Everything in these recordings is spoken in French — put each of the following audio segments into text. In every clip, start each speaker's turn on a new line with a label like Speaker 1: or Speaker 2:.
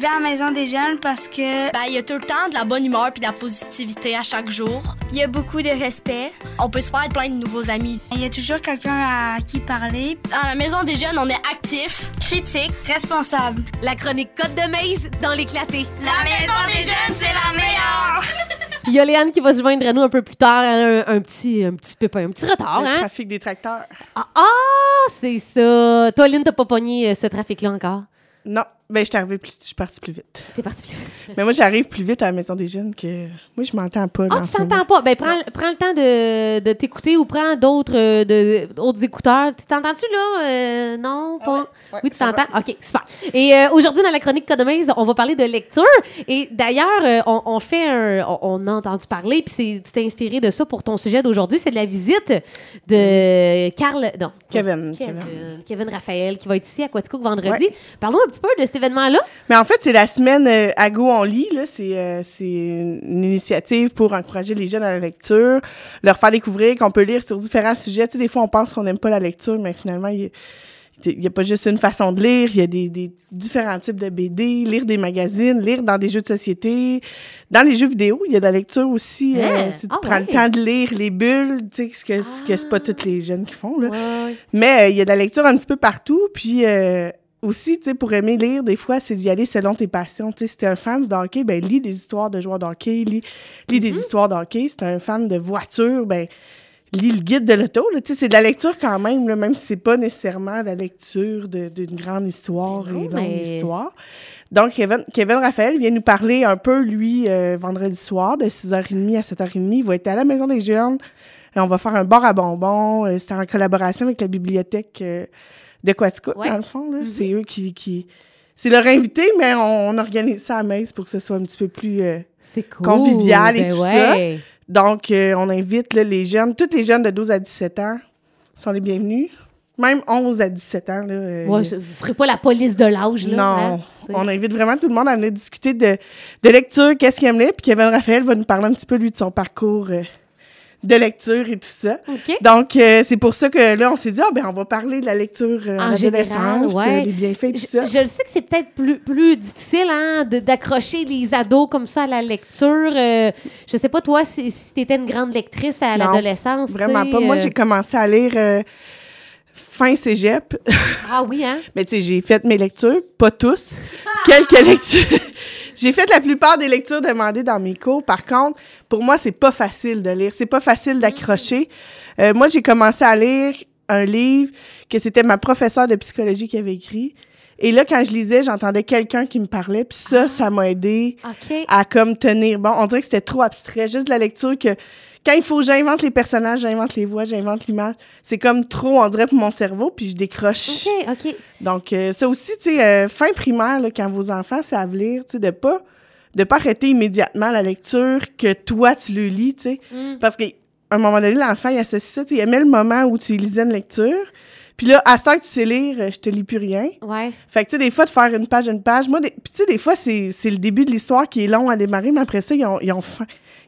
Speaker 1: vais à la maison des jeunes parce que
Speaker 2: Ben, il y a tout le temps de la bonne humeur puis de la positivité à chaque jour.
Speaker 3: Il y a beaucoup de respect.
Speaker 2: On peut se faire plein de nouveaux amis.
Speaker 1: il y a toujours quelqu'un à qui parler.
Speaker 2: À la maison des jeunes, on est actif.
Speaker 3: Critique.
Speaker 1: Responsable.
Speaker 4: La chronique Côte de Maze dans l'éclaté.
Speaker 2: La maison des jeunes, c'est la meilleure!
Speaker 5: Il y a Léane qui va se joindre à nous un peu plus tard. Elle a un, un petit, un petit pépin, un petit retard.
Speaker 6: Le
Speaker 5: Hein?
Speaker 6: trafic des tracteurs.
Speaker 5: Ah, ah, c'est ça. Toi, Lynn, t'as pas pogné euh, ce trafic-là encore.
Speaker 6: Non, ben je suis arrivée plus, je suis partie plus vite.
Speaker 5: T'es parti plus vite.
Speaker 6: Mais moi j'arrive plus vite à la maison des jeunes que moi je m'entends pas. là,
Speaker 5: Ah,
Speaker 6: en
Speaker 5: tu
Speaker 6: ce moment.
Speaker 5: t'entends pas. Ben, prends, prends le temps de, de t'écouter ou prends d'autres euh, de- d'autres écouteurs. Tu t'entends-tu, là? Euh, non, pas.
Speaker 6: Ah Ouais,
Speaker 5: oui, tu
Speaker 6: ça va.
Speaker 5: t'entends? OK, super. Et euh, aujourd'hui, dans la chronique Codemise, on va parler de lecture. Et d'ailleurs, euh, on, on fait un- on, on a entendu parler, puis c'est- tu t'es inspiré de ça pour ton sujet d'aujourd'hui. C'est de la visite de Carl... Non.
Speaker 6: Kevin,
Speaker 5: Kevin.
Speaker 6: Kevin.
Speaker 5: Kevin Raphaël, qui va être ici à Quaticook vendredi. Parlons un petit peu de cet événement-là.
Speaker 6: Mais en fait, c'est la semaine euh, à Go en lit. Là. C'est, euh, c'est une initiative pour encourager les jeunes à la lecture, leur faire découvrir qu'on peut lire sur différents sujets. Tu sais, des fois, on pense qu'on n'aime pas la lecture, mais finalement, il n'y a pas juste une façon de lire. Il y a des, des différents types de BD, lire des magazines, lire dans des jeux de société. Dans les jeux vidéo, il y a de la lecture aussi.
Speaker 5: Hein?
Speaker 6: euh, si tu
Speaker 5: Ah
Speaker 6: prends
Speaker 5: ouais. Ah.
Speaker 6: le temps de lire les bulles, tu sais, ce que ce que c'est pas tous les jeunes qui font. Là.
Speaker 5: Ouais.
Speaker 6: Mais euh, il y a de la lecture un petit peu partout. Puis euh, aussi, tu sais, pour aimer lire, des fois, c'est d'y aller selon tes passions. Tu sais, si t'es un fan de hockey, ben lis des histoires de joueurs de hockey, lis, lis
Speaker 5: Mm-hmm.
Speaker 6: des histoires de hockey. Si t'es un fan de voiture, ben lis le guide de l'auto. là. Tu sais, c'est de la lecture quand même, là, même si c'est pas nécessairement la lecture de- d'une grande histoire
Speaker 5: Ben non,
Speaker 6: et longue
Speaker 5: mais-
Speaker 6: histoire. Donc, Kevin, Kevin Raphaël vient nous parler un peu, lui, euh, vendredi soir, de 6h30 à 7h30. Il va être à la Maison des Jeunes. Et on va faire un bar à bonbons. Euh, C'était en collaboration avec la bibliothèque euh, de Quaticook,
Speaker 5: Ouais. Mm-hmm.
Speaker 6: dans le fond. là. C'est eux qui... qui... C'est leur invité, mais on, on organise ça à Metz pour que ce soit un petit peu plus... euh,
Speaker 5: C'est cool.
Speaker 6: Convivial et
Speaker 5: Ben
Speaker 6: tout ça.
Speaker 5: ouais.
Speaker 6: donc, euh, on invite là, les jeunes, tous les jeunes de 12 à 17 ans sont les bienvenus. Même 11 à 17 ans. Là, euh,
Speaker 5: Ouais, je- vous ferez pas la police de l'âge, là.
Speaker 6: non,
Speaker 5: hein? Tu sais.
Speaker 6: on invite vraiment tout le monde à venir discuter de, de lecture, qu'est-ce qu'il aime lire, puis Kevin Raphaël va nous parler un petit peu, lui, de son parcours euh, de lecture et tout ça.
Speaker 5: OK.
Speaker 6: Donc, euh, c'est pour ça que là, on s'est dit, ah, ben, on va parler de la lecture euh,
Speaker 5: En
Speaker 6: en
Speaker 5: général,
Speaker 6: adolescence,
Speaker 5: ouais.
Speaker 6: euh, les bienfaits et tout ça.
Speaker 5: Je, je le sais que c'est peut-être plus, plus difficile hein, de- d'accrocher les ados comme ça à la lecture. Euh, je sais pas, toi, si, tu étais une grande lectrice à
Speaker 6: Non,
Speaker 5: l'adolescence.
Speaker 6: Vraiment
Speaker 5: tu sais,
Speaker 6: pas. Moi,
Speaker 5: euh,
Speaker 6: j'ai commencé à lire euh, fin cégep.
Speaker 5: Ah oui, hein?
Speaker 6: Mais tu sais, j'ai fait mes lectures, pas tous, quelques lectures. j'ai fait la plupart des lectures demandées dans mes cours. Par contre, pour moi, c'est pas facile de lire, c'est pas facile d'accrocher. Euh, moi, j'ai commencé à lire un livre que c'était ma professeure de psychologie qui avait écrit. Et là, quand je lisais, j'entendais quelqu'un qui me parlait, puis ça, ça m'a aidé
Speaker 5: OK.
Speaker 6: à comme tenir bon. On dirait que c'était trop abstrait, juste de la lecture que quand il faut, j'invente les personnages, j'invente les voix, j'invente l'image. C'est comme trop, on dirait, pour mon cerveau, puis je décroche.
Speaker 5: OK, OK.
Speaker 6: Donc, euh, ça aussi, tu sais, euh, fin primaire, là, quand vos enfants savent lire, tu sais, de pas de pas arrêter immédiatement la lecture que toi, tu le lis, tu sais. Parce qu'à un moment donné, l'enfant, il associe ça, tu sais, il aimait le moment où tu lisais une lecture. Puis là, à ce temps que tu sais lire, euh, je te lis plus rien.
Speaker 5: Ouais.
Speaker 6: Fait que, tu sais, des fois, de faire une page, une page. Moi, des... puis tu sais, des fois, c'est c'est le début de l'histoire qui est long à démarrer, mais après ça, ils ont, ils ont faim.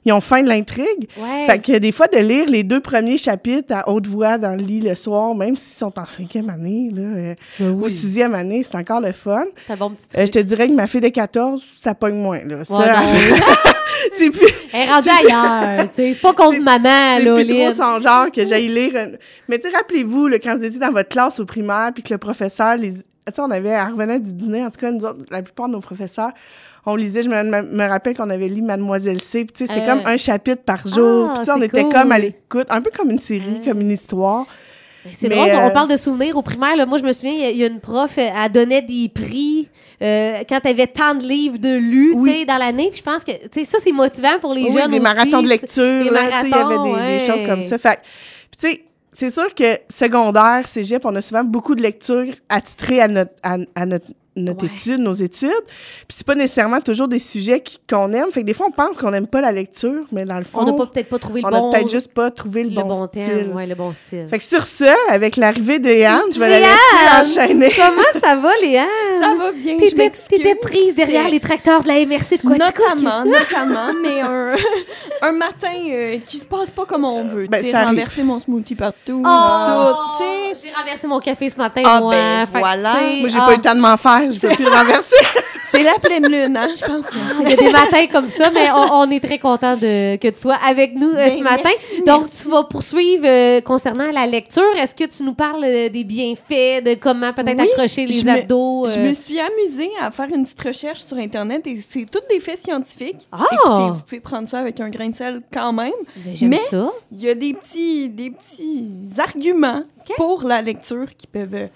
Speaker 6: Ils ont faim de l'intrigue.
Speaker 5: Ouais.
Speaker 6: Fait que des fois, de lire les deux premiers chapitres à haute voix dans le lit le soir, même s'ils sont en cinquième année, là, euh,
Speaker 5: Ben oui.
Speaker 6: ou sixième année, c'est encore le fun.
Speaker 5: C'est un bon petit truc.
Speaker 6: Euh, je te dirais que ma fille de 14, ça pogne moins. Là. Ça,
Speaker 5: Ouais, non.
Speaker 6: c'est plus,
Speaker 5: Elle est rendue ailleurs. tu sais. C'est pas contre
Speaker 6: c'est-
Speaker 5: maman,
Speaker 6: c'est
Speaker 5: là,
Speaker 6: plus trop
Speaker 5: Lynn.
Speaker 6: son genre que j'aille lire. une- Mais tu sais, rappelez-vous, là, quand vous étiez dans votre classe au primaire, puis que le professeur, les... tu sais, on avait, en revenant du dîner, en tout cas, nous autres, la plupart de nos professeurs, on lisait, je me, me rappelle qu'on avait lu Mademoiselle C, puis tu sais, c'était
Speaker 5: Euh.
Speaker 6: comme un chapitre par jour.
Speaker 5: Ah,
Speaker 6: puis tu sais, on
Speaker 5: c'est
Speaker 6: était
Speaker 5: cool.
Speaker 6: comme à l'écoute, un peu comme une série, comme une histoire.
Speaker 5: C'est
Speaker 6: Mais,
Speaker 5: drôle, on
Speaker 6: euh,
Speaker 5: parle de souvenirs au primaire. Là, moi, je me souviens, il y a- il y, a une prof, euh, elle donnait des prix euh, quand elle avait tant de livres de lus tu
Speaker 6: Oui.
Speaker 5: sais, dans l'année. Puis je pense que tu sais, ça, c'est motivant pour les
Speaker 6: Oui,
Speaker 5: jeunes.
Speaker 6: des
Speaker 5: aussi,
Speaker 6: marathons
Speaker 5: tu
Speaker 6: de
Speaker 5: sais.
Speaker 6: lecture,
Speaker 5: des
Speaker 6: là, tu sais, il y avait des,
Speaker 5: marathons,
Speaker 6: des choses
Speaker 5: ouais.
Speaker 6: comme ça. Fait que, puis tu sais, c'est sûr que secondaire, cégep, on a souvent beaucoup de lectures attitrées à notre, à, à notre, notre
Speaker 5: Ouais.
Speaker 6: étude, nos études. Puis c'est pas nécessairement toujours des sujets qui- qu'on aime. Fait que des fois, on pense qu'on n'aime pas la lecture, mais dans le fond,
Speaker 5: On n'a pas- peut-être pas trouvé le
Speaker 6: on a
Speaker 5: bon
Speaker 6: peut-être juste pas trouvé le,
Speaker 5: le
Speaker 6: bon,
Speaker 5: bon
Speaker 6: style.
Speaker 5: terme, ouais, le bon style.
Speaker 6: Fait que sur ce, avec l'arrivée de Yann, je vais la
Speaker 5: Léane!
Speaker 6: laisser enchaîner.
Speaker 5: Comment ça va, Léa?
Speaker 3: Ça va bien, je
Speaker 5: T'étais
Speaker 3: m'excuse.
Speaker 5: t'étais prise derrière
Speaker 3: C'est-
Speaker 5: les tracteurs de la MRC de Quatico.
Speaker 3: Notamment, notamment, mais un, un matin euh, qui se passe pas comme on veut.
Speaker 6: Ben,
Speaker 3: tu sais,
Speaker 6: ça arrive.
Speaker 3: renverser mon smoothie partout,
Speaker 5: Oh!
Speaker 3: tout, tu sais.
Speaker 5: J'ai renversé mon café ce matin,
Speaker 3: Ah,
Speaker 5: moi.
Speaker 3: ben,
Speaker 5: Fait que,
Speaker 3: voilà.
Speaker 5: tu sais,
Speaker 6: Moi, j'ai
Speaker 5: ah,
Speaker 6: pas eu le temps de m'en faire, je peux plus le renverser.
Speaker 3: C'est la pleine lune, hein, je pense que.
Speaker 5: Il y a des matins comme ça, mais on, on est très content de, que tu sois avec nous euh,
Speaker 3: Ben,
Speaker 5: ce matin.
Speaker 3: merci,
Speaker 5: Donc, tu vas poursuivre euh, concernant la lecture. Est-ce que tu nous parles euh, des bienfaits, de comment peut-être
Speaker 3: Oui,
Speaker 5: accrocher les
Speaker 3: je me-
Speaker 5: abdos?
Speaker 3: Je
Speaker 5: euh?
Speaker 3: me suis amusée à faire une petite recherche sur Internet et c'est toutes des faits scientifiques.
Speaker 5: Ah!
Speaker 3: Écoutez, vous pouvez prendre ça avec un grain de sel quand même.
Speaker 5: Ben, J'aime
Speaker 3: mais-
Speaker 5: ça.
Speaker 3: Il y a des petits, des petits arguments pour la lecture qui peuvent euh,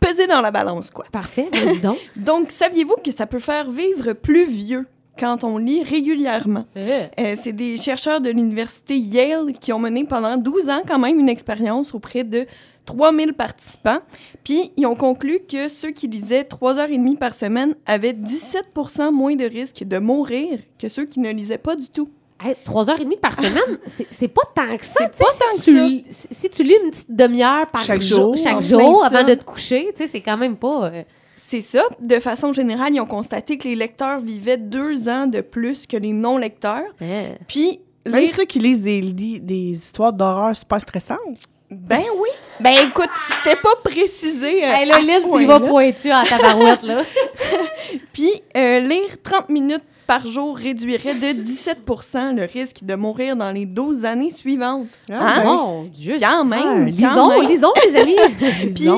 Speaker 3: peser dans la balance, quoi.
Speaker 5: Parfait, vas-y donc.
Speaker 3: Donc, saviez-vous que ça peut faire vivre plus vieux quand on lit régulièrement? Euh, c'est des chercheurs de l'université Yale qui ont mené pendant 12 ans quand même une expérience auprès de 3000 participants. Puis ils ont conclu que ceux qui lisaient 3h30 par semaine avaient 17 moins de risque de mourir que ceux qui ne lisaient pas du tout.
Speaker 5: Hey, Trois heures et demie par semaine, c'est c'est pas tant que ça.
Speaker 3: C'est
Speaker 5: tu sais,
Speaker 3: pas
Speaker 5: si
Speaker 3: tant que
Speaker 5: tu
Speaker 3: ça.
Speaker 5: li- Si, si tu lis une petite demi-heure par
Speaker 6: Chaque
Speaker 5: jour,
Speaker 6: jour,
Speaker 5: chaque
Speaker 3: en
Speaker 5: jour
Speaker 3: plein
Speaker 5: avant
Speaker 3: ça.
Speaker 5: de te coucher, tu sais, c'est quand même pas. euh,
Speaker 3: C'est ça. De façon générale, ils ont constaté que les lecteurs vivaient deux ans de plus que les non-lecteurs.
Speaker 5: hein.
Speaker 3: Puis,
Speaker 6: Même
Speaker 3: les...
Speaker 6: ceux qui lisent des, li- des histoires d'horreur super stressantes. hein,
Speaker 3: ben oui. Ben écoute, c'était pas précisé. euh,
Speaker 5: Hey,
Speaker 3: à
Speaker 5: là,
Speaker 3: ce
Speaker 5: Lynn, tu y
Speaker 3: point-là.
Speaker 5: vas pointu en tabarouette, là.
Speaker 3: Puis, euh, lire 30 minutes par jour réduirait de 17 le risque de mourir dans les 12 années suivantes.
Speaker 6: ben,
Speaker 3: Hein?
Speaker 5: Mon Dieu.
Speaker 3: Quand
Speaker 5: c'est- Ah,
Speaker 3: même,
Speaker 5: lisons,
Speaker 3: quand même.
Speaker 5: lisons, les amis.
Speaker 3: Puis,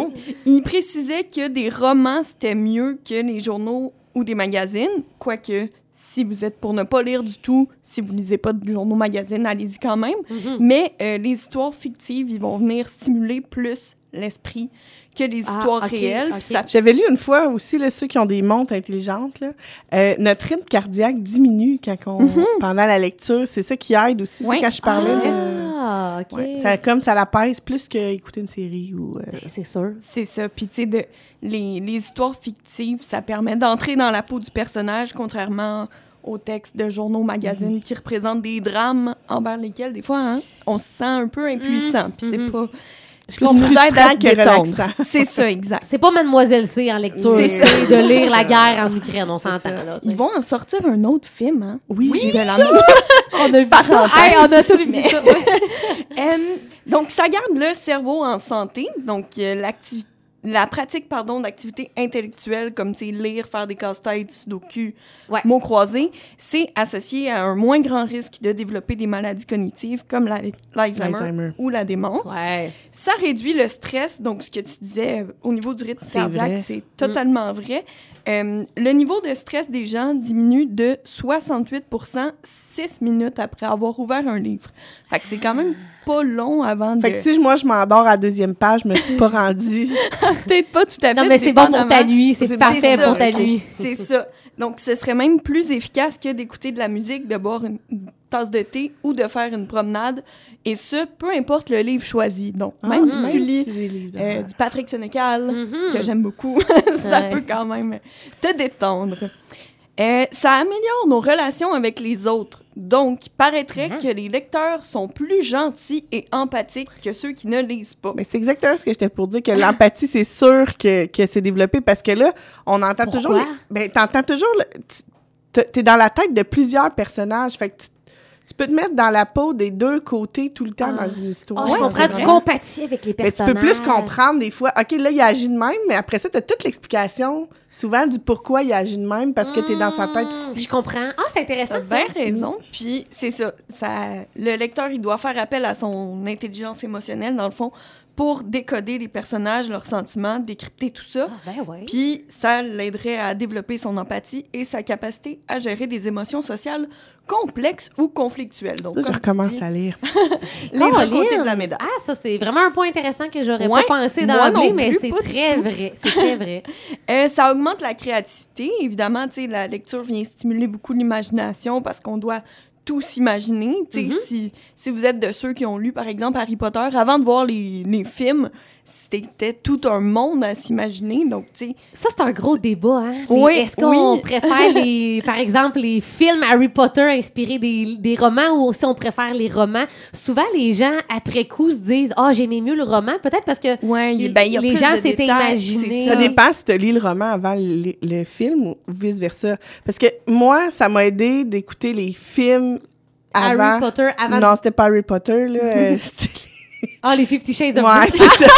Speaker 3: il précisait que des romans, c'était mieux que les journaux ou des magazines, quoique si vous êtes pour ne pas lire du tout, si vous ne lisez pas de journaux magazines, allez-y quand même.
Speaker 5: Mhm.
Speaker 3: Mais euh, les histoires fictives, ils vont venir stimuler plus l'esprit que les
Speaker 5: Ah,
Speaker 3: histoires
Speaker 5: ok,
Speaker 3: réelles. puis
Speaker 5: ok.
Speaker 3: ça
Speaker 6: J'avais lu une fois aussi, là, ceux qui ont des montres intelligentes, là, euh, notre rythme cardiaque diminue quand on, pendant la lecture. C'est ça qui aide aussi. Tu sais,
Speaker 3: Mhm. Ouais.
Speaker 6: Quand je parlais de-
Speaker 5: Ah, OK.
Speaker 6: Ouais. ça, comme ça la pèse plus qu'écouter une série ou... euh,
Speaker 5: Ben, c'est sûr.
Speaker 3: C'est ça. Puis, tu sais, de- les, les histoires fictives, ça permet d'entrer dans la peau du personnage, contrairement aux textes de journaux, magazines
Speaker 6: Mhm.
Speaker 3: qui représentent des drames envers lesquels, des fois, hein, on se sent un peu impuissant.
Speaker 6: Mhm.
Speaker 3: Puis, c'est pas.
Speaker 6: plus
Speaker 3: on nous aide à
Speaker 6: frustrant
Speaker 3: se
Speaker 6: que
Speaker 3: détendre.
Speaker 6: relaxant.
Speaker 3: C'est ça, exact.
Speaker 5: C'est pas Mademoiselle C en lecture.
Speaker 3: C'est ça.
Speaker 5: C'est de lire la guerre en Ukraine, on s'entend.
Speaker 6: ça.
Speaker 5: là, tu sais.
Speaker 3: Ils vont en sortir un autre film, hein?
Speaker 6: Oui,
Speaker 3: de la même
Speaker 5: On a vu ça. Hey, on a tout vu ça.
Speaker 3: Euh, donc, ça garde le cerveau en santé. Donc, euh, l'activi- la pratique pardon, d'activités intellectuelles comme tu sais, lire, faire des casse-têtes, sudoku,
Speaker 5: Ouais.
Speaker 3: mots croisés, c'est associé à un moins grand risque de développer des maladies cognitives comme la- l'Alzheimer
Speaker 6: L'Alzheimer.
Speaker 3: ou la démence.
Speaker 5: Ouais.
Speaker 3: Ça réduit le stress, donc ce que tu disais euh, au niveau du rythme
Speaker 6: C'est
Speaker 3: cardiaque,
Speaker 6: vrai.
Speaker 3: c'est Mm. totalement vrai. Euh, le niveau de stress des gens diminue de 68 six minutes après avoir ouvert un livre. Fait que c'est quand même pas long avant
Speaker 6: Fait
Speaker 3: de...
Speaker 6: que si moi je m'endors à la deuxième page, je me suis pas rendue.
Speaker 3: peut-être pas tout à fait...
Speaker 5: Non, mais c'est bon pour ta
Speaker 3: dépendamment.
Speaker 5: nuit. C'est
Speaker 6: C'est-
Speaker 5: parfait
Speaker 3: c'est ça,
Speaker 5: pour ta
Speaker 6: ok.
Speaker 5: nuit.
Speaker 3: C'est ça. Donc, ce serait même plus efficace que d'écouter de la musique, de boire une une tasse de thé ou de faire une promenade. Et ce, peu importe le livre choisi. Donc,
Speaker 6: Ah,
Speaker 3: même si tu lis
Speaker 6: des livres
Speaker 3: euh,
Speaker 6: d'horreur.
Speaker 3: du Patrick Sénécal,
Speaker 5: Mhm.
Speaker 3: que j'aime beaucoup, ça
Speaker 5: Ouais.
Speaker 3: peut quand même te détendre. Euh, ça améliore nos relations avec les autres. Donc, il paraîtrait
Speaker 5: Mm-hmm.
Speaker 3: que les lecteurs sont plus gentils et empathiques que ceux qui ne lisent pas.
Speaker 6: Mais c'est exactement ce que j'étais pour dire, que l'empathie, c'est sûr que, que c'est développé parce que là, on entend
Speaker 5: Pourquoi?
Speaker 6: toujours. les- Ben, t'entends toujours. le- tu- t'es- T'es dans la tête de plusieurs personnages. Fait que tu, tu peux te mettre dans la peau des deux côtés tout le temps
Speaker 5: Ah.
Speaker 6: dans une
Speaker 5: Ah,
Speaker 6: histoire.
Speaker 5: je
Speaker 3: Ouais,
Speaker 5: comprends,
Speaker 3: c'est
Speaker 5: tu
Speaker 3: vrai.
Speaker 5: compatis avec les
Speaker 6: Mais tu
Speaker 5: personnages.
Speaker 6: peux plus comprendre des fois. OK, là, il agit de même, mais après ça, t'as toute l'explication, souvent, du pourquoi il agit de même parce que t'es dans sa tête
Speaker 5: Mmh,
Speaker 6: aussi.
Speaker 5: Je comprends. Ah, c'est intéressant,
Speaker 3: T'as
Speaker 5: ça.
Speaker 3: bien raison. Puis c'est ça, ça. Le lecteur, il doit faire appel à son intelligence émotionnelle, dans le fond, pour décoder les personnages, leurs sentiments, décrypter tout ça.
Speaker 5: Ah, ben ouais.
Speaker 3: Puis ça l'aiderait à développer son empathie et sa capacité à gérer des émotions sociales complexes ou conflictuelles. Donc,
Speaker 6: Là, je
Speaker 3: comme tu
Speaker 6: recommence
Speaker 3: dis,
Speaker 6: à lire.
Speaker 3: les deux
Speaker 5: Colin!
Speaker 3: côtés de la médaille.
Speaker 5: Ah, ça, c'est vraiment un point intéressant que j'aurais
Speaker 3: Ouais,
Speaker 5: pas pensé
Speaker 3: moi
Speaker 5: d'emblée,
Speaker 3: non
Speaker 5: mais
Speaker 3: plus,
Speaker 5: c'est
Speaker 3: pas du
Speaker 5: très
Speaker 3: tout.
Speaker 5: vrai. C'est très vrai.
Speaker 3: Euh, ça augmente la créativité. Évidemment, tu sais, la lecture vient stimuler beaucoup l'imagination parce qu'on doit tout s'imaginer. Tu sais,
Speaker 5: Mm-hmm.
Speaker 3: si, si vous êtes de ceux qui ont lu, par exemple, Harry Potter, avant de voir les, les films, c'était tout un monde à s'imaginer. Donc, tu sais,
Speaker 5: Ça, c'est un gros débat, hein? Les-
Speaker 3: Oui,
Speaker 5: Est-ce qu'on
Speaker 3: oui.
Speaker 5: préfère, les, par exemple, les films Harry Potter inspirés des, des romans ou si on préfère les romans? Souvent, les gens, après coup, se disent « Ah, j'aimais mieux le roman. » Peut-être parce que...
Speaker 3: ouais, il-
Speaker 5: Il-
Speaker 3: ben, il y a
Speaker 5: les
Speaker 3: plus
Speaker 5: gens
Speaker 3: de
Speaker 5: s'étaient
Speaker 3: détails,
Speaker 5: imaginés.
Speaker 3: c'est
Speaker 6: Ça
Speaker 3: ça.
Speaker 6: dépend si tu lis le roman avant le, le film ou vice-versa. Parce que moi, ça m'a aidé d'écouter les films
Speaker 5: Harry
Speaker 6: avant.
Speaker 5: Potter avant...
Speaker 6: Non, c'était pas Harry Potter, là. euh, c'était-
Speaker 5: Ah, les Fifty Shades of
Speaker 6: ouais,
Speaker 5: Grey.
Speaker 6: c'est ça.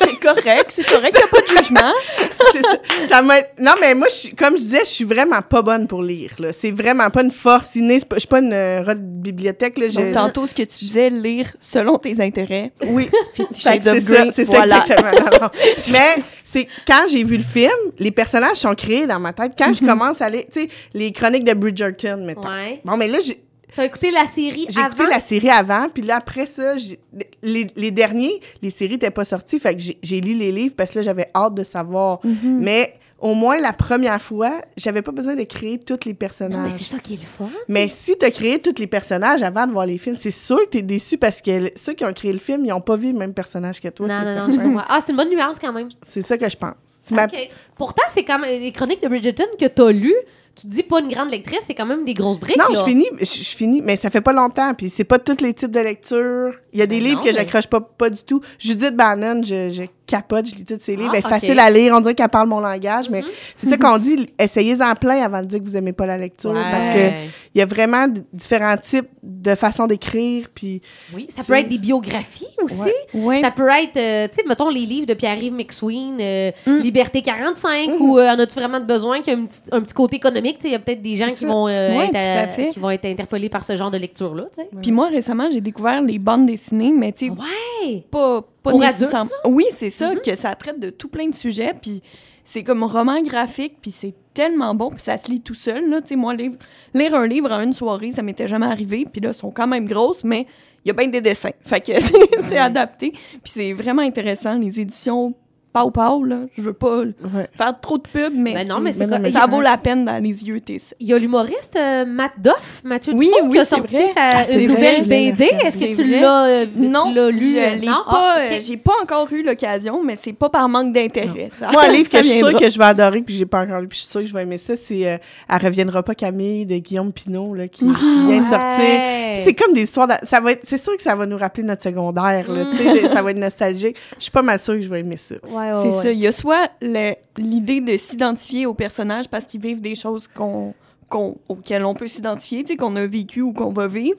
Speaker 3: C'est correct, c'est correct, il a pas de jugement.
Speaker 6: C'est ça. Ça m'a- non, mais moi, je suis- comme je disais, je suis vraiment pas bonne pour lire. là. C'est vraiment pas une force innée. C'est pas- Je suis pas une euh, rote bibliothèque. Là. Je-
Speaker 3: Donc, tantôt, ce que tu disais, lire selon tes intérêts.
Speaker 6: Oui.
Speaker 3: Fifty
Speaker 6: Fait
Speaker 3: Shades
Speaker 6: que C'est
Speaker 3: of
Speaker 6: ça,
Speaker 3: Grey,
Speaker 6: c'est ça
Speaker 3: voilà.
Speaker 6: exactement. Non, non. Mais c'est quand j'ai vu le film, les personnages sont créés dans ma tête. Quand je commence à aller, tu sais, les chroniques de Bridgerton, mettons.
Speaker 5: Mhm. Ouais.
Speaker 6: Bon, mais là, j'ai
Speaker 5: Ah, T'as écouté la série
Speaker 6: j'ai
Speaker 5: avant?
Speaker 6: écouté la série avant, puis là, après ça, j'ai- les, les derniers, les séries n'étaient pas sorties, fait que j'ai- j'ai lu les livres parce que là, j'avais hâte de savoir.
Speaker 5: Mhm.
Speaker 6: Mais au moins, la première fois, j'avais pas besoin de créer tous les personnages.
Speaker 5: Ah, Mais c'est ça qui est le fun.
Speaker 6: Mais si t'as créé tous les personnages avant de voir les films, c'est sûr que t'es déçu parce que l- ceux qui ont créé le film, ils n'ont pas vu le même personnage que toi.
Speaker 5: non,
Speaker 6: c'est
Speaker 5: non, non, je
Speaker 6: certain.
Speaker 5: comprends. Ah, c'est une bonne nuance quand même.
Speaker 6: C'est ça que je pense. C'est ma-
Speaker 5: OK. Pourtant, c'est quand même les chroniques de Bridgerton que t'as lues. Tu te dis pas une grande lectrice, c'est quand même des grosses briques.
Speaker 6: Non,
Speaker 5: là.
Speaker 6: je finis, je, je finis, mais ça fait pas longtemps. Puis c'est pas tous les types de lecture. Il y a des
Speaker 5: Ben
Speaker 6: livres
Speaker 5: non,
Speaker 6: que
Speaker 5: mais-
Speaker 6: j'accroche pas, pas du tout. Judith Bannon, je, je capote, je lis tous ses livres.
Speaker 5: Ah,
Speaker 6: Elle est
Speaker 5: ok. Mhm.
Speaker 6: facile à lire, on dirait qu'elle parle mon langage, mais c'est ça qu'on dit, essayez-en plein avant de dire que vous aimez pas la lecture.
Speaker 5: Ouais.
Speaker 6: Parce que il y a vraiment d- différents types de façons d'écrire. Puis
Speaker 5: Oui, ça
Speaker 6: Tu-
Speaker 5: peut être des biographies aussi.
Speaker 6: Ouais.
Speaker 3: Oui.
Speaker 5: Ça peut être, euh, tu sais, mettons les livres de Pierre-Yves McSween, euh,
Speaker 3: Mm.
Speaker 5: Liberté 45, ou euh, en as-tu vraiment de besoin qu'il y a un petit, un petit côté économique? Tu sais, Il y a peut-être des gens
Speaker 6: C'est
Speaker 5: qui
Speaker 6: ça.
Speaker 5: vont, euh,
Speaker 3: Ouais,
Speaker 5: être,
Speaker 3: tout à fait.
Speaker 5: qui vont être interpellés par ce genre de lecture-là. tu sais.
Speaker 3: Puis moi, récemment, j'ai découvert les bandes dessinées, mais tu sais,
Speaker 6: Ah
Speaker 5: Ouais!
Speaker 3: pas, pas
Speaker 5: Pour
Speaker 3: nécessairement- Oui, c'est ça,
Speaker 6: Mm-hmm.
Speaker 3: que ça traite de tout plein de sujets, puis c'est comme un roman graphique, puis c'est tellement bon, puis ça se lit tout seul, là, tu sais, moi, lire, lire un livre en une soirée, ça m'était jamais arrivé, puis là, ils sont quand même grosses, mais il y a bien des dessins, fait que c'est c'est adapté, puis c'est vraiment intéressant, les éditions Pau Pau, là, je veux pas l- faire trop de pub, mais,
Speaker 5: Ben non, mais
Speaker 6: c'est
Speaker 5: quoi-
Speaker 3: ça vaut la peine dans les yeux, t'es
Speaker 5: Il y a l'humoriste euh, Matt Doff, Mathieu
Speaker 3: Oui,
Speaker 5: Dufault,
Speaker 3: oui,
Speaker 5: qui a
Speaker 3: c'est
Speaker 5: sorti
Speaker 3: vrai.
Speaker 5: sa-
Speaker 3: Ah, c'est
Speaker 5: une
Speaker 3: vrai,
Speaker 5: nouvelle
Speaker 6: je l'ai
Speaker 5: BD.
Speaker 6: regardé.
Speaker 5: Est-ce que
Speaker 3: C'est
Speaker 5: tu
Speaker 3: vrai.
Speaker 5: l'as euh, tu
Speaker 3: Non,
Speaker 5: l'as lu?
Speaker 3: je
Speaker 5: euh,
Speaker 3: l'ai
Speaker 5: non?
Speaker 3: pas,
Speaker 5: Ah, ok.
Speaker 3: euh, j'ai pas encore eu l'occasion, mais c'est pas par manque d'intérêt. ça.
Speaker 6: moi, un livre
Speaker 3: Ça
Speaker 6: que je suis sûre
Speaker 3: viendra.
Speaker 6: que je vais adorer, puis j'ai pas encore lu, puis je suis sûre que je vais aimer ça, c'est euh, Elle reviendra pas Camille de Guillaume Pinault, là, qui, qui vient de sortir.
Speaker 5: Ouais.
Speaker 6: C'est comme des histoires. d'a- Ça va être- c'est sûr que ça va nous rappeler notre secondaire. Là, tu sais,
Speaker 5: Mm.
Speaker 6: ça va être nostalgique. Je suis pas mal sûre que je vais aimer ça.
Speaker 5: Ouais, ouais,
Speaker 3: C'est
Speaker 5: ouais.
Speaker 3: ça. Il y a soit le- l'idée de s'identifier aux personnages parce qu'ils vivent des choses qu'on, qu'on- auxquelles on peut s'identifier, tu sais, qu'on a vécu ou qu'on va vivre,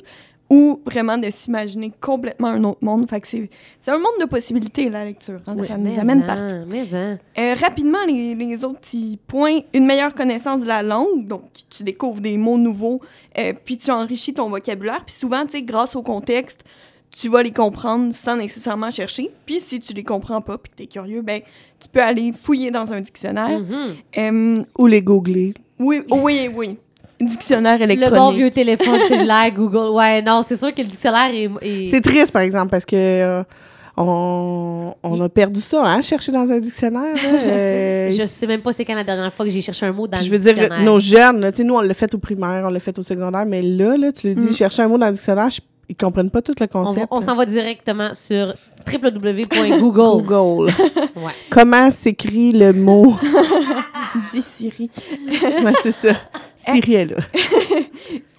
Speaker 3: ou vraiment de s'imaginer complètement un autre monde. Fait que c'est, c'est un monde de possibilités, la lecture. hein.
Speaker 5: Ouais,
Speaker 3: ça
Speaker 5: mais
Speaker 3: nous amène
Speaker 5: en,
Speaker 3: partout.
Speaker 5: mais hein. en.
Speaker 3: Euh, rapidement, les, les autres petits points. Une meilleure connaissance de la langue. Donc, tu découvres des mots nouveaux, euh, puis tu enrichis ton vocabulaire. Puis souvent, tu sais, grâce au contexte, tu vas les comprendre sans nécessairement chercher. Puis si tu les comprends pas, puis que tu es curieux, ben, tu peux aller fouiller dans un dictionnaire.
Speaker 5: Mhm.
Speaker 3: Euh,
Speaker 6: Ou les googler.
Speaker 3: oui, oui, oui. Dictionnaire
Speaker 5: Le
Speaker 3: électronique.
Speaker 5: bon vieux téléphone cellulaire, Google. Ouais, non, c'est sûr que le dictionnaire est. est-
Speaker 6: C'est triste, par exemple, parce que euh, on, on a perdu ça, hein, chercher dans un dictionnaire. là. Euh,
Speaker 5: Je sais même pas c'est quand la dernière fois que j'ai cherché un mot dans
Speaker 6: je
Speaker 5: le
Speaker 6: veux dire,
Speaker 5: dictionnaire.
Speaker 6: nos jeunes, là, tu sais, nous, on l'a fait au primaire, on l'a fait au secondaire, mais là, là tu le dis, chercher un mot dans le dictionnaire, je- ils comprennent pas tout le
Speaker 5: Mm. on va-
Speaker 6: concept.
Speaker 5: on s'en va directement sur www.google.
Speaker 6: Google.
Speaker 5: Ouais.
Speaker 6: Comment s'écrit le mot?
Speaker 3: Dis Siri.
Speaker 6: Ouais, c'est ça.
Speaker 5: Eh,
Speaker 6: Siri est là.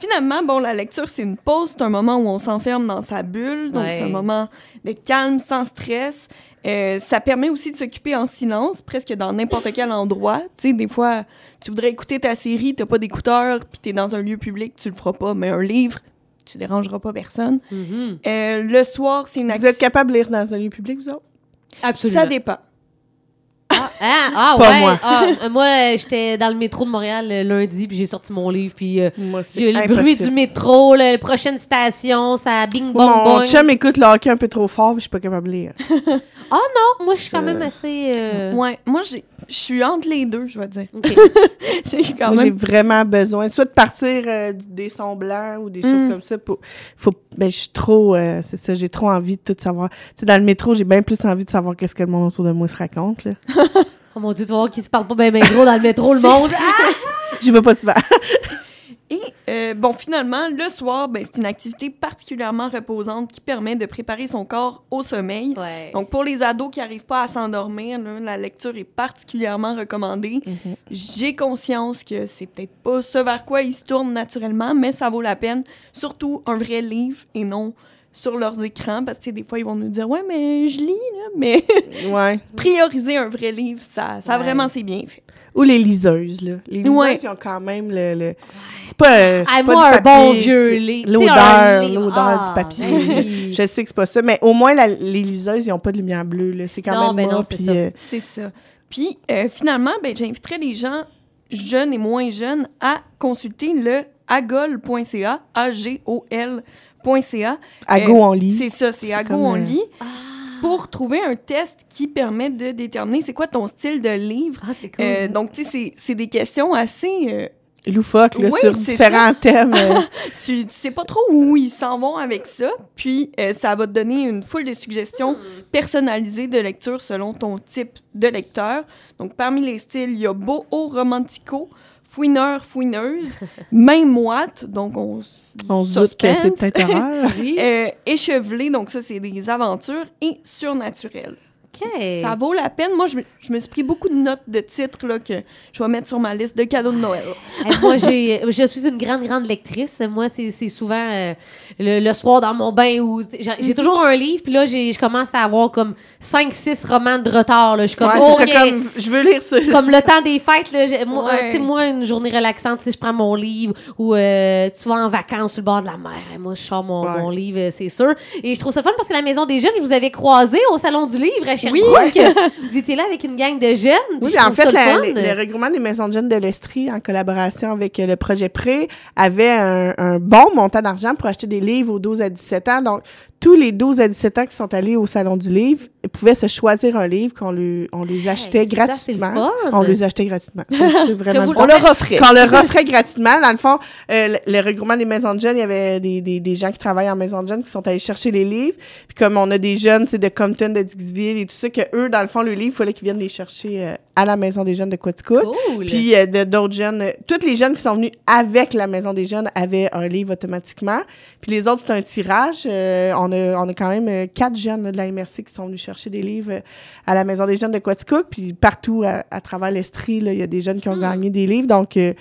Speaker 3: Finalement, bon, la lecture, c'est une pause, c'est un moment où on s'enferme dans sa bulle, donc
Speaker 5: Ouais.
Speaker 3: c'est un moment de calme, sans stress. Euh, ça permet aussi de s'occuper en silence, presque dans n'importe quel endroit. Tu sais, des fois, tu voudrais écouter ta série, t'as pas d'écouteur, puis t'es dans un lieu public, tu le feras pas, mais un livre, tu dérangeras pas personne.
Speaker 5: Mhm.
Speaker 3: Euh, le soir, c'est une
Speaker 6: Vous êtes
Speaker 3: activité...
Speaker 6: capable de lire dans un lieu public, vous autres?
Speaker 5: Absolument.
Speaker 3: Ça dépend.
Speaker 5: Ah, ah,
Speaker 6: Pas
Speaker 5: ouais.
Speaker 6: moi.
Speaker 5: Ah, euh, moi, euh, j'étais dans le métro de Montréal euh, lundi, puis j'ai sorti mon livre, puis euh,
Speaker 6: Moi, c'est
Speaker 5: j'ai eu le bruit
Speaker 6: impossible.
Speaker 5: du métro, la prochaine station, ça bing bong
Speaker 6: Mon
Speaker 5: bong.
Speaker 6: chum écoute le hockey un peu trop fort, puis je suis pas capable de lire.
Speaker 5: Non, moi, je suis quand même assez. euh,
Speaker 3: Ouais, moi, j'ai- je suis entre les deux, je vais dire.
Speaker 5: ok.
Speaker 3: J'ai
Speaker 5: Ah
Speaker 3: quand
Speaker 6: Moi, j'ai
Speaker 3: même...
Speaker 6: vraiment besoin, soit de partir euh, du- des sons blancs ou des choses
Speaker 3: Mm.
Speaker 6: comme ça. Pour, faut, ben, je suis trop, euh, c'est ça, j'ai trop envie de tout savoir. Tu sais, dans le métro, j'ai bien plus envie de savoir qu'est-ce que le monde autour de moi se raconte. Là.
Speaker 5: Oh mon Dieu, tu vas voir qu'ils se parlent pas bien gros dans le métro, le monde.
Speaker 6: J'y vais pas souvent.
Speaker 3: Et euh, bon, finalement, le soir, ben, c'est une activité particulièrement reposante qui permet de préparer son corps au sommeil.
Speaker 5: Ah! Ouais.
Speaker 3: Donc, pour les ados qui n'arrivent pas à s'endormir, là, la lecture est particulièrement recommandée.
Speaker 5: Mhm.
Speaker 3: J'ai conscience que c'est peut-être pas ce vers quoi ils se tournent naturellement, mais ça vaut la peine. Surtout un vrai livre et non sur leurs écrans, parce que tu sais, des fois, ils vont nous dire Ouais, mais je lis, là. mais
Speaker 6: ouais.
Speaker 3: prioriser un vrai livre, ça, ça
Speaker 5: Ouais.
Speaker 3: vraiment, c'est bien fait.
Speaker 6: Ou les liseuses. Là. Les liseuses,
Speaker 3: Ouais.
Speaker 6: ils ont quand même le. le- C'est pas, euh, c'est
Speaker 5: Ah,
Speaker 6: pas
Speaker 5: moi,
Speaker 6: du
Speaker 5: un bon
Speaker 6: papier,
Speaker 5: vieux
Speaker 6: c'est
Speaker 5: livre. Tu sais, un
Speaker 6: L'odeur,
Speaker 5: livre.
Speaker 6: l'odeur
Speaker 5: Ah,
Speaker 6: du papier.
Speaker 5: ben oui.
Speaker 6: Je sais que c'est pas ça, mais au moins, la- les liseuses, ils n'ont pas de lumière bleue. là. C'est quand
Speaker 5: Non,
Speaker 6: même
Speaker 5: ben
Speaker 6: moi,
Speaker 5: non, c'est
Speaker 6: puis,
Speaker 5: ça.
Speaker 6: euh,
Speaker 3: C'est ça. Puis euh, finalement, ben, j'inviterais les gens jeunes et moins jeunes à consulter le agol.ca, A-G-O-L.ca.
Speaker 6: Ago
Speaker 3: Euh,
Speaker 6: en lit.
Speaker 3: C'est ça, c'est Ago
Speaker 6: comme,
Speaker 3: en
Speaker 6: euh,
Speaker 3: lit. Pour trouver un test qui permet de déterminer c'est quoi ton style de livre.
Speaker 5: Ah, c'est cool.
Speaker 3: Euh, donc, tu sais, c'est- c'est des questions assez. euh,
Speaker 6: loufoque là,
Speaker 3: Oui,
Speaker 6: sur
Speaker 3: c'est
Speaker 6: différents thèmes. euh,
Speaker 3: tu, tu sais pas trop où ils s'en vont avec ça. Puis, euh, ça va te donner une foule de suggestions personnalisées de lecture selon ton type de lecteur. Donc, parmi les styles, il y a boho romantico, fouineur, fouineuse, main moite, donc on s-
Speaker 6: on se doute que c'est
Speaker 3: Suspense.
Speaker 6: peut-être horreur.
Speaker 5: Oui.
Speaker 3: euh, échevelé, donc ça, c'est des aventures, et surnaturel.
Speaker 5: OK.
Speaker 3: Ça vaut la peine. Moi, je, me- je me suis pris beaucoup de notes de titres là, que je vais mettre sur ma liste de cadeaux de Noël.
Speaker 5: Hey, moi, j'ai, je suis une grande, grande lectrice. Moi, c'est, c'est souvent euh, le, le soir dans mon bain où j'ai,
Speaker 6: Mhm.
Speaker 5: j'ai toujours un livre, puis là, j'ai, je commence à avoir comme 5-6 romans de retard. Là. Je suis comme,
Speaker 6: Ouais,
Speaker 5: oh,
Speaker 6: c'était
Speaker 5: yeah.
Speaker 6: comme, je veux lire ça.
Speaker 5: Comme le temps des fêtes, là, j'ai- moi,
Speaker 3: Ouais.
Speaker 5: euh, tu sais, moi, une journée relaxante, tu sais, je prends mon livre ou euh, tu vas en vacances sur le bord de la mer. Et moi, je sors mon,
Speaker 6: Ouais.
Speaker 5: mon livre, euh, c'est sûr. Et je trouve ça fun parce que la Maison des Jeunes, je vous avais croisé au Salon du Livre à Sherbrooke. Vous étiez là avec une gang de jeunes. puis
Speaker 6: Oui,
Speaker 5: je
Speaker 6: en
Speaker 5: trouve
Speaker 6: fait,
Speaker 5: ça le
Speaker 6: la-
Speaker 5: fun.
Speaker 6: le, le regroupement des maisons de jeunes de l'Estrie, en collaboration avec euh, le projet Pré, avait un, un bon montant d'argent pour acheter des livres aux 12 à 17 ans. Donc, tous les 12 à 17 ans qui sont allés au Salon du Livre ils pouvaient se choisir un livre qu'on lui, on les achetait
Speaker 5: Hey, ça, c'est le
Speaker 6: gratuitement.
Speaker 5: fun.
Speaker 6: On les achetait gratuitement. Ça, c'est vraiment
Speaker 5: vous
Speaker 6: le fun.
Speaker 5: le
Speaker 6: leur offrait. Qu'on leur offrait gratuitement. Dans le fond, euh, le, le regroupement des maisons de jeunes, il y avait des, des, des gens qui travaillent en maison de jeunes qui sont allés chercher les livres. Puis comme on a des jeunes, c'est de Compton, de Dixville et tout ça, que eux, dans le fond, le livre, il fallait qu'ils viennent les chercher euh, à la maison des jeunes de Quaticook.
Speaker 5: Cool.
Speaker 6: Puis euh, de- d'autres jeunes, euh, toutes les jeunes qui sont venus avec la Maison des jeunes avaient un livre automatiquement. Puis les autres, c'est un tirage. Euh, on, a, on a quand même euh, quatre jeunes là, de la MRC qui sont venus chercher des livres euh, à la Maison des jeunes de Quaticook. Puis partout à, à travers l'Estrie, là, il y a des jeunes qui ont gagné des livres. Donc, euh,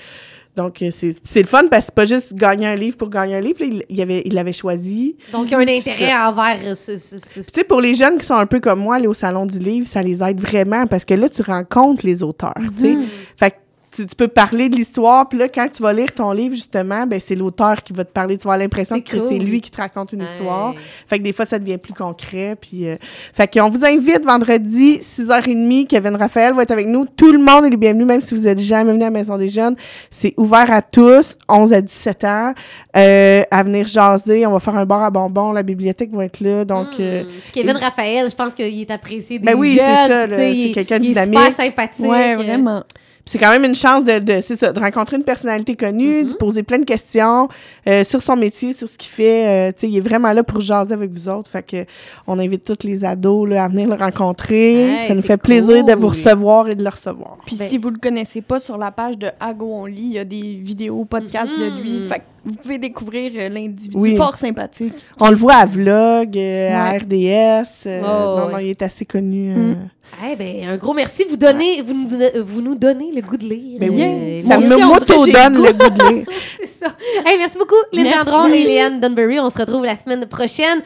Speaker 6: donc euh, c'est c'est le fun parce que c'est pas juste gagner un livre pour gagner un livre. Là, il, il avait, il l'avait choisi.
Speaker 5: Donc, il y a un intérêt envers euh, ce. ce- ce- ce-
Speaker 6: Puis, tu sais, pour les jeunes qui sont un peu comme moi, aller au salon du livre, ça les aide vraiment parce que là, tu rencontres les auteurs. tu sais.
Speaker 5: Mhm.
Speaker 6: Fait que tu, tu peux parler de l'histoire, puis là, quand tu vas lire ton livre, justement, ben, c'est l'auteur qui va te parler. Tu vas avoir l'impression
Speaker 5: C'est
Speaker 6: que
Speaker 5: cool.
Speaker 6: c'est lui qui te raconte une
Speaker 5: Hey.
Speaker 6: histoire. Fait que des fois, ça devient plus concret. Puis, euh, fait qu'on vous invite vendredi, 6h30. Kevin Raphaël va être avec nous. Tout le monde est le bienvenu, même si vous êtes jamais venu à la Maison des Jeunes. C'est ouvert à tous, 11 à 17 ans. Euh, à venir jaser, on va faire un bar à bonbons. La bibliothèque va être là. Donc, euh,
Speaker 5: Hmm. Puis Kevin
Speaker 6: et-
Speaker 5: Raphaël, je pense qu'il est apprécié des
Speaker 6: Ben oui, c'est
Speaker 5: jeunes,
Speaker 6: ça,
Speaker 5: tu sais,
Speaker 6: là, c'est
Speaker 5: il-
Speaker 6: quelqu'un de
Speaker 5: il est super
Speaker 6: dynamique.
Speaker 5: sympathique.
Speaker 3: Ouais,
Speaker 5: euh,
Speaker 3: vraiment.
Speaker 6: Puis c'est quand même une chance de, de, c'est ça, de rencontrer une personnalité connue,
Speaker 5: Mm-hmm.
Speaker 6: de poser plein de questions euh, sur son métier, sur ce qu'il fait. euh, tu sais, il est vraiment là pour jaser avec vous autres. Fait que on invite tous les ados là, à venir le rencontrer.
Speaker 5: Hey,
Speaker 6: ça nous
Speaker 5: c'est
Speaker 6: fait plaisir de
Speaker 5: cool.
Speaker 6: vous recevoir et de le recevoir.
Speaker 3: Puis
Speaker 5: Ben-
Speaker 3: si vous le connaissez pas, sur la page de Ago On Lit, il y a des vidéos, podcasts de lui. Fait que vous pouvez découvrir euh, l'individu
Speaker 6: Oui.
Speaker 3: fort sympathique.
Speaker 6: On le voit à Vlog, euh, à RDS. euh,
Speaker 5: Oh,
Speaker 6: non, non,
Speaker 5: ouais.
Speaker 6: il est assez connu. euh.
Speaker 3: Mm.
Speaker 5: Eh ben, un gros merci. Vous, donnez, vous, nous, donnez- vous nous donnez le goût de lire.
Speaker 6: Ben oui.
Speaker 5: Euh,
Speaker 6: Ça
Speaker 3: moi
Speaker 6: me
Speaker 3: aussi, on dirait que
Speaker 6: m'auto-donne
Speaker 3: j'ai le
Speaker 6: le goût de lire.
Speaker 5: C'est ça. Hey, merci beaucoup, Lynn
Speaker 3: Merci.
Speaker 5: Gendron et Léanne Dunbury. On se retrouve la semaine prochaine.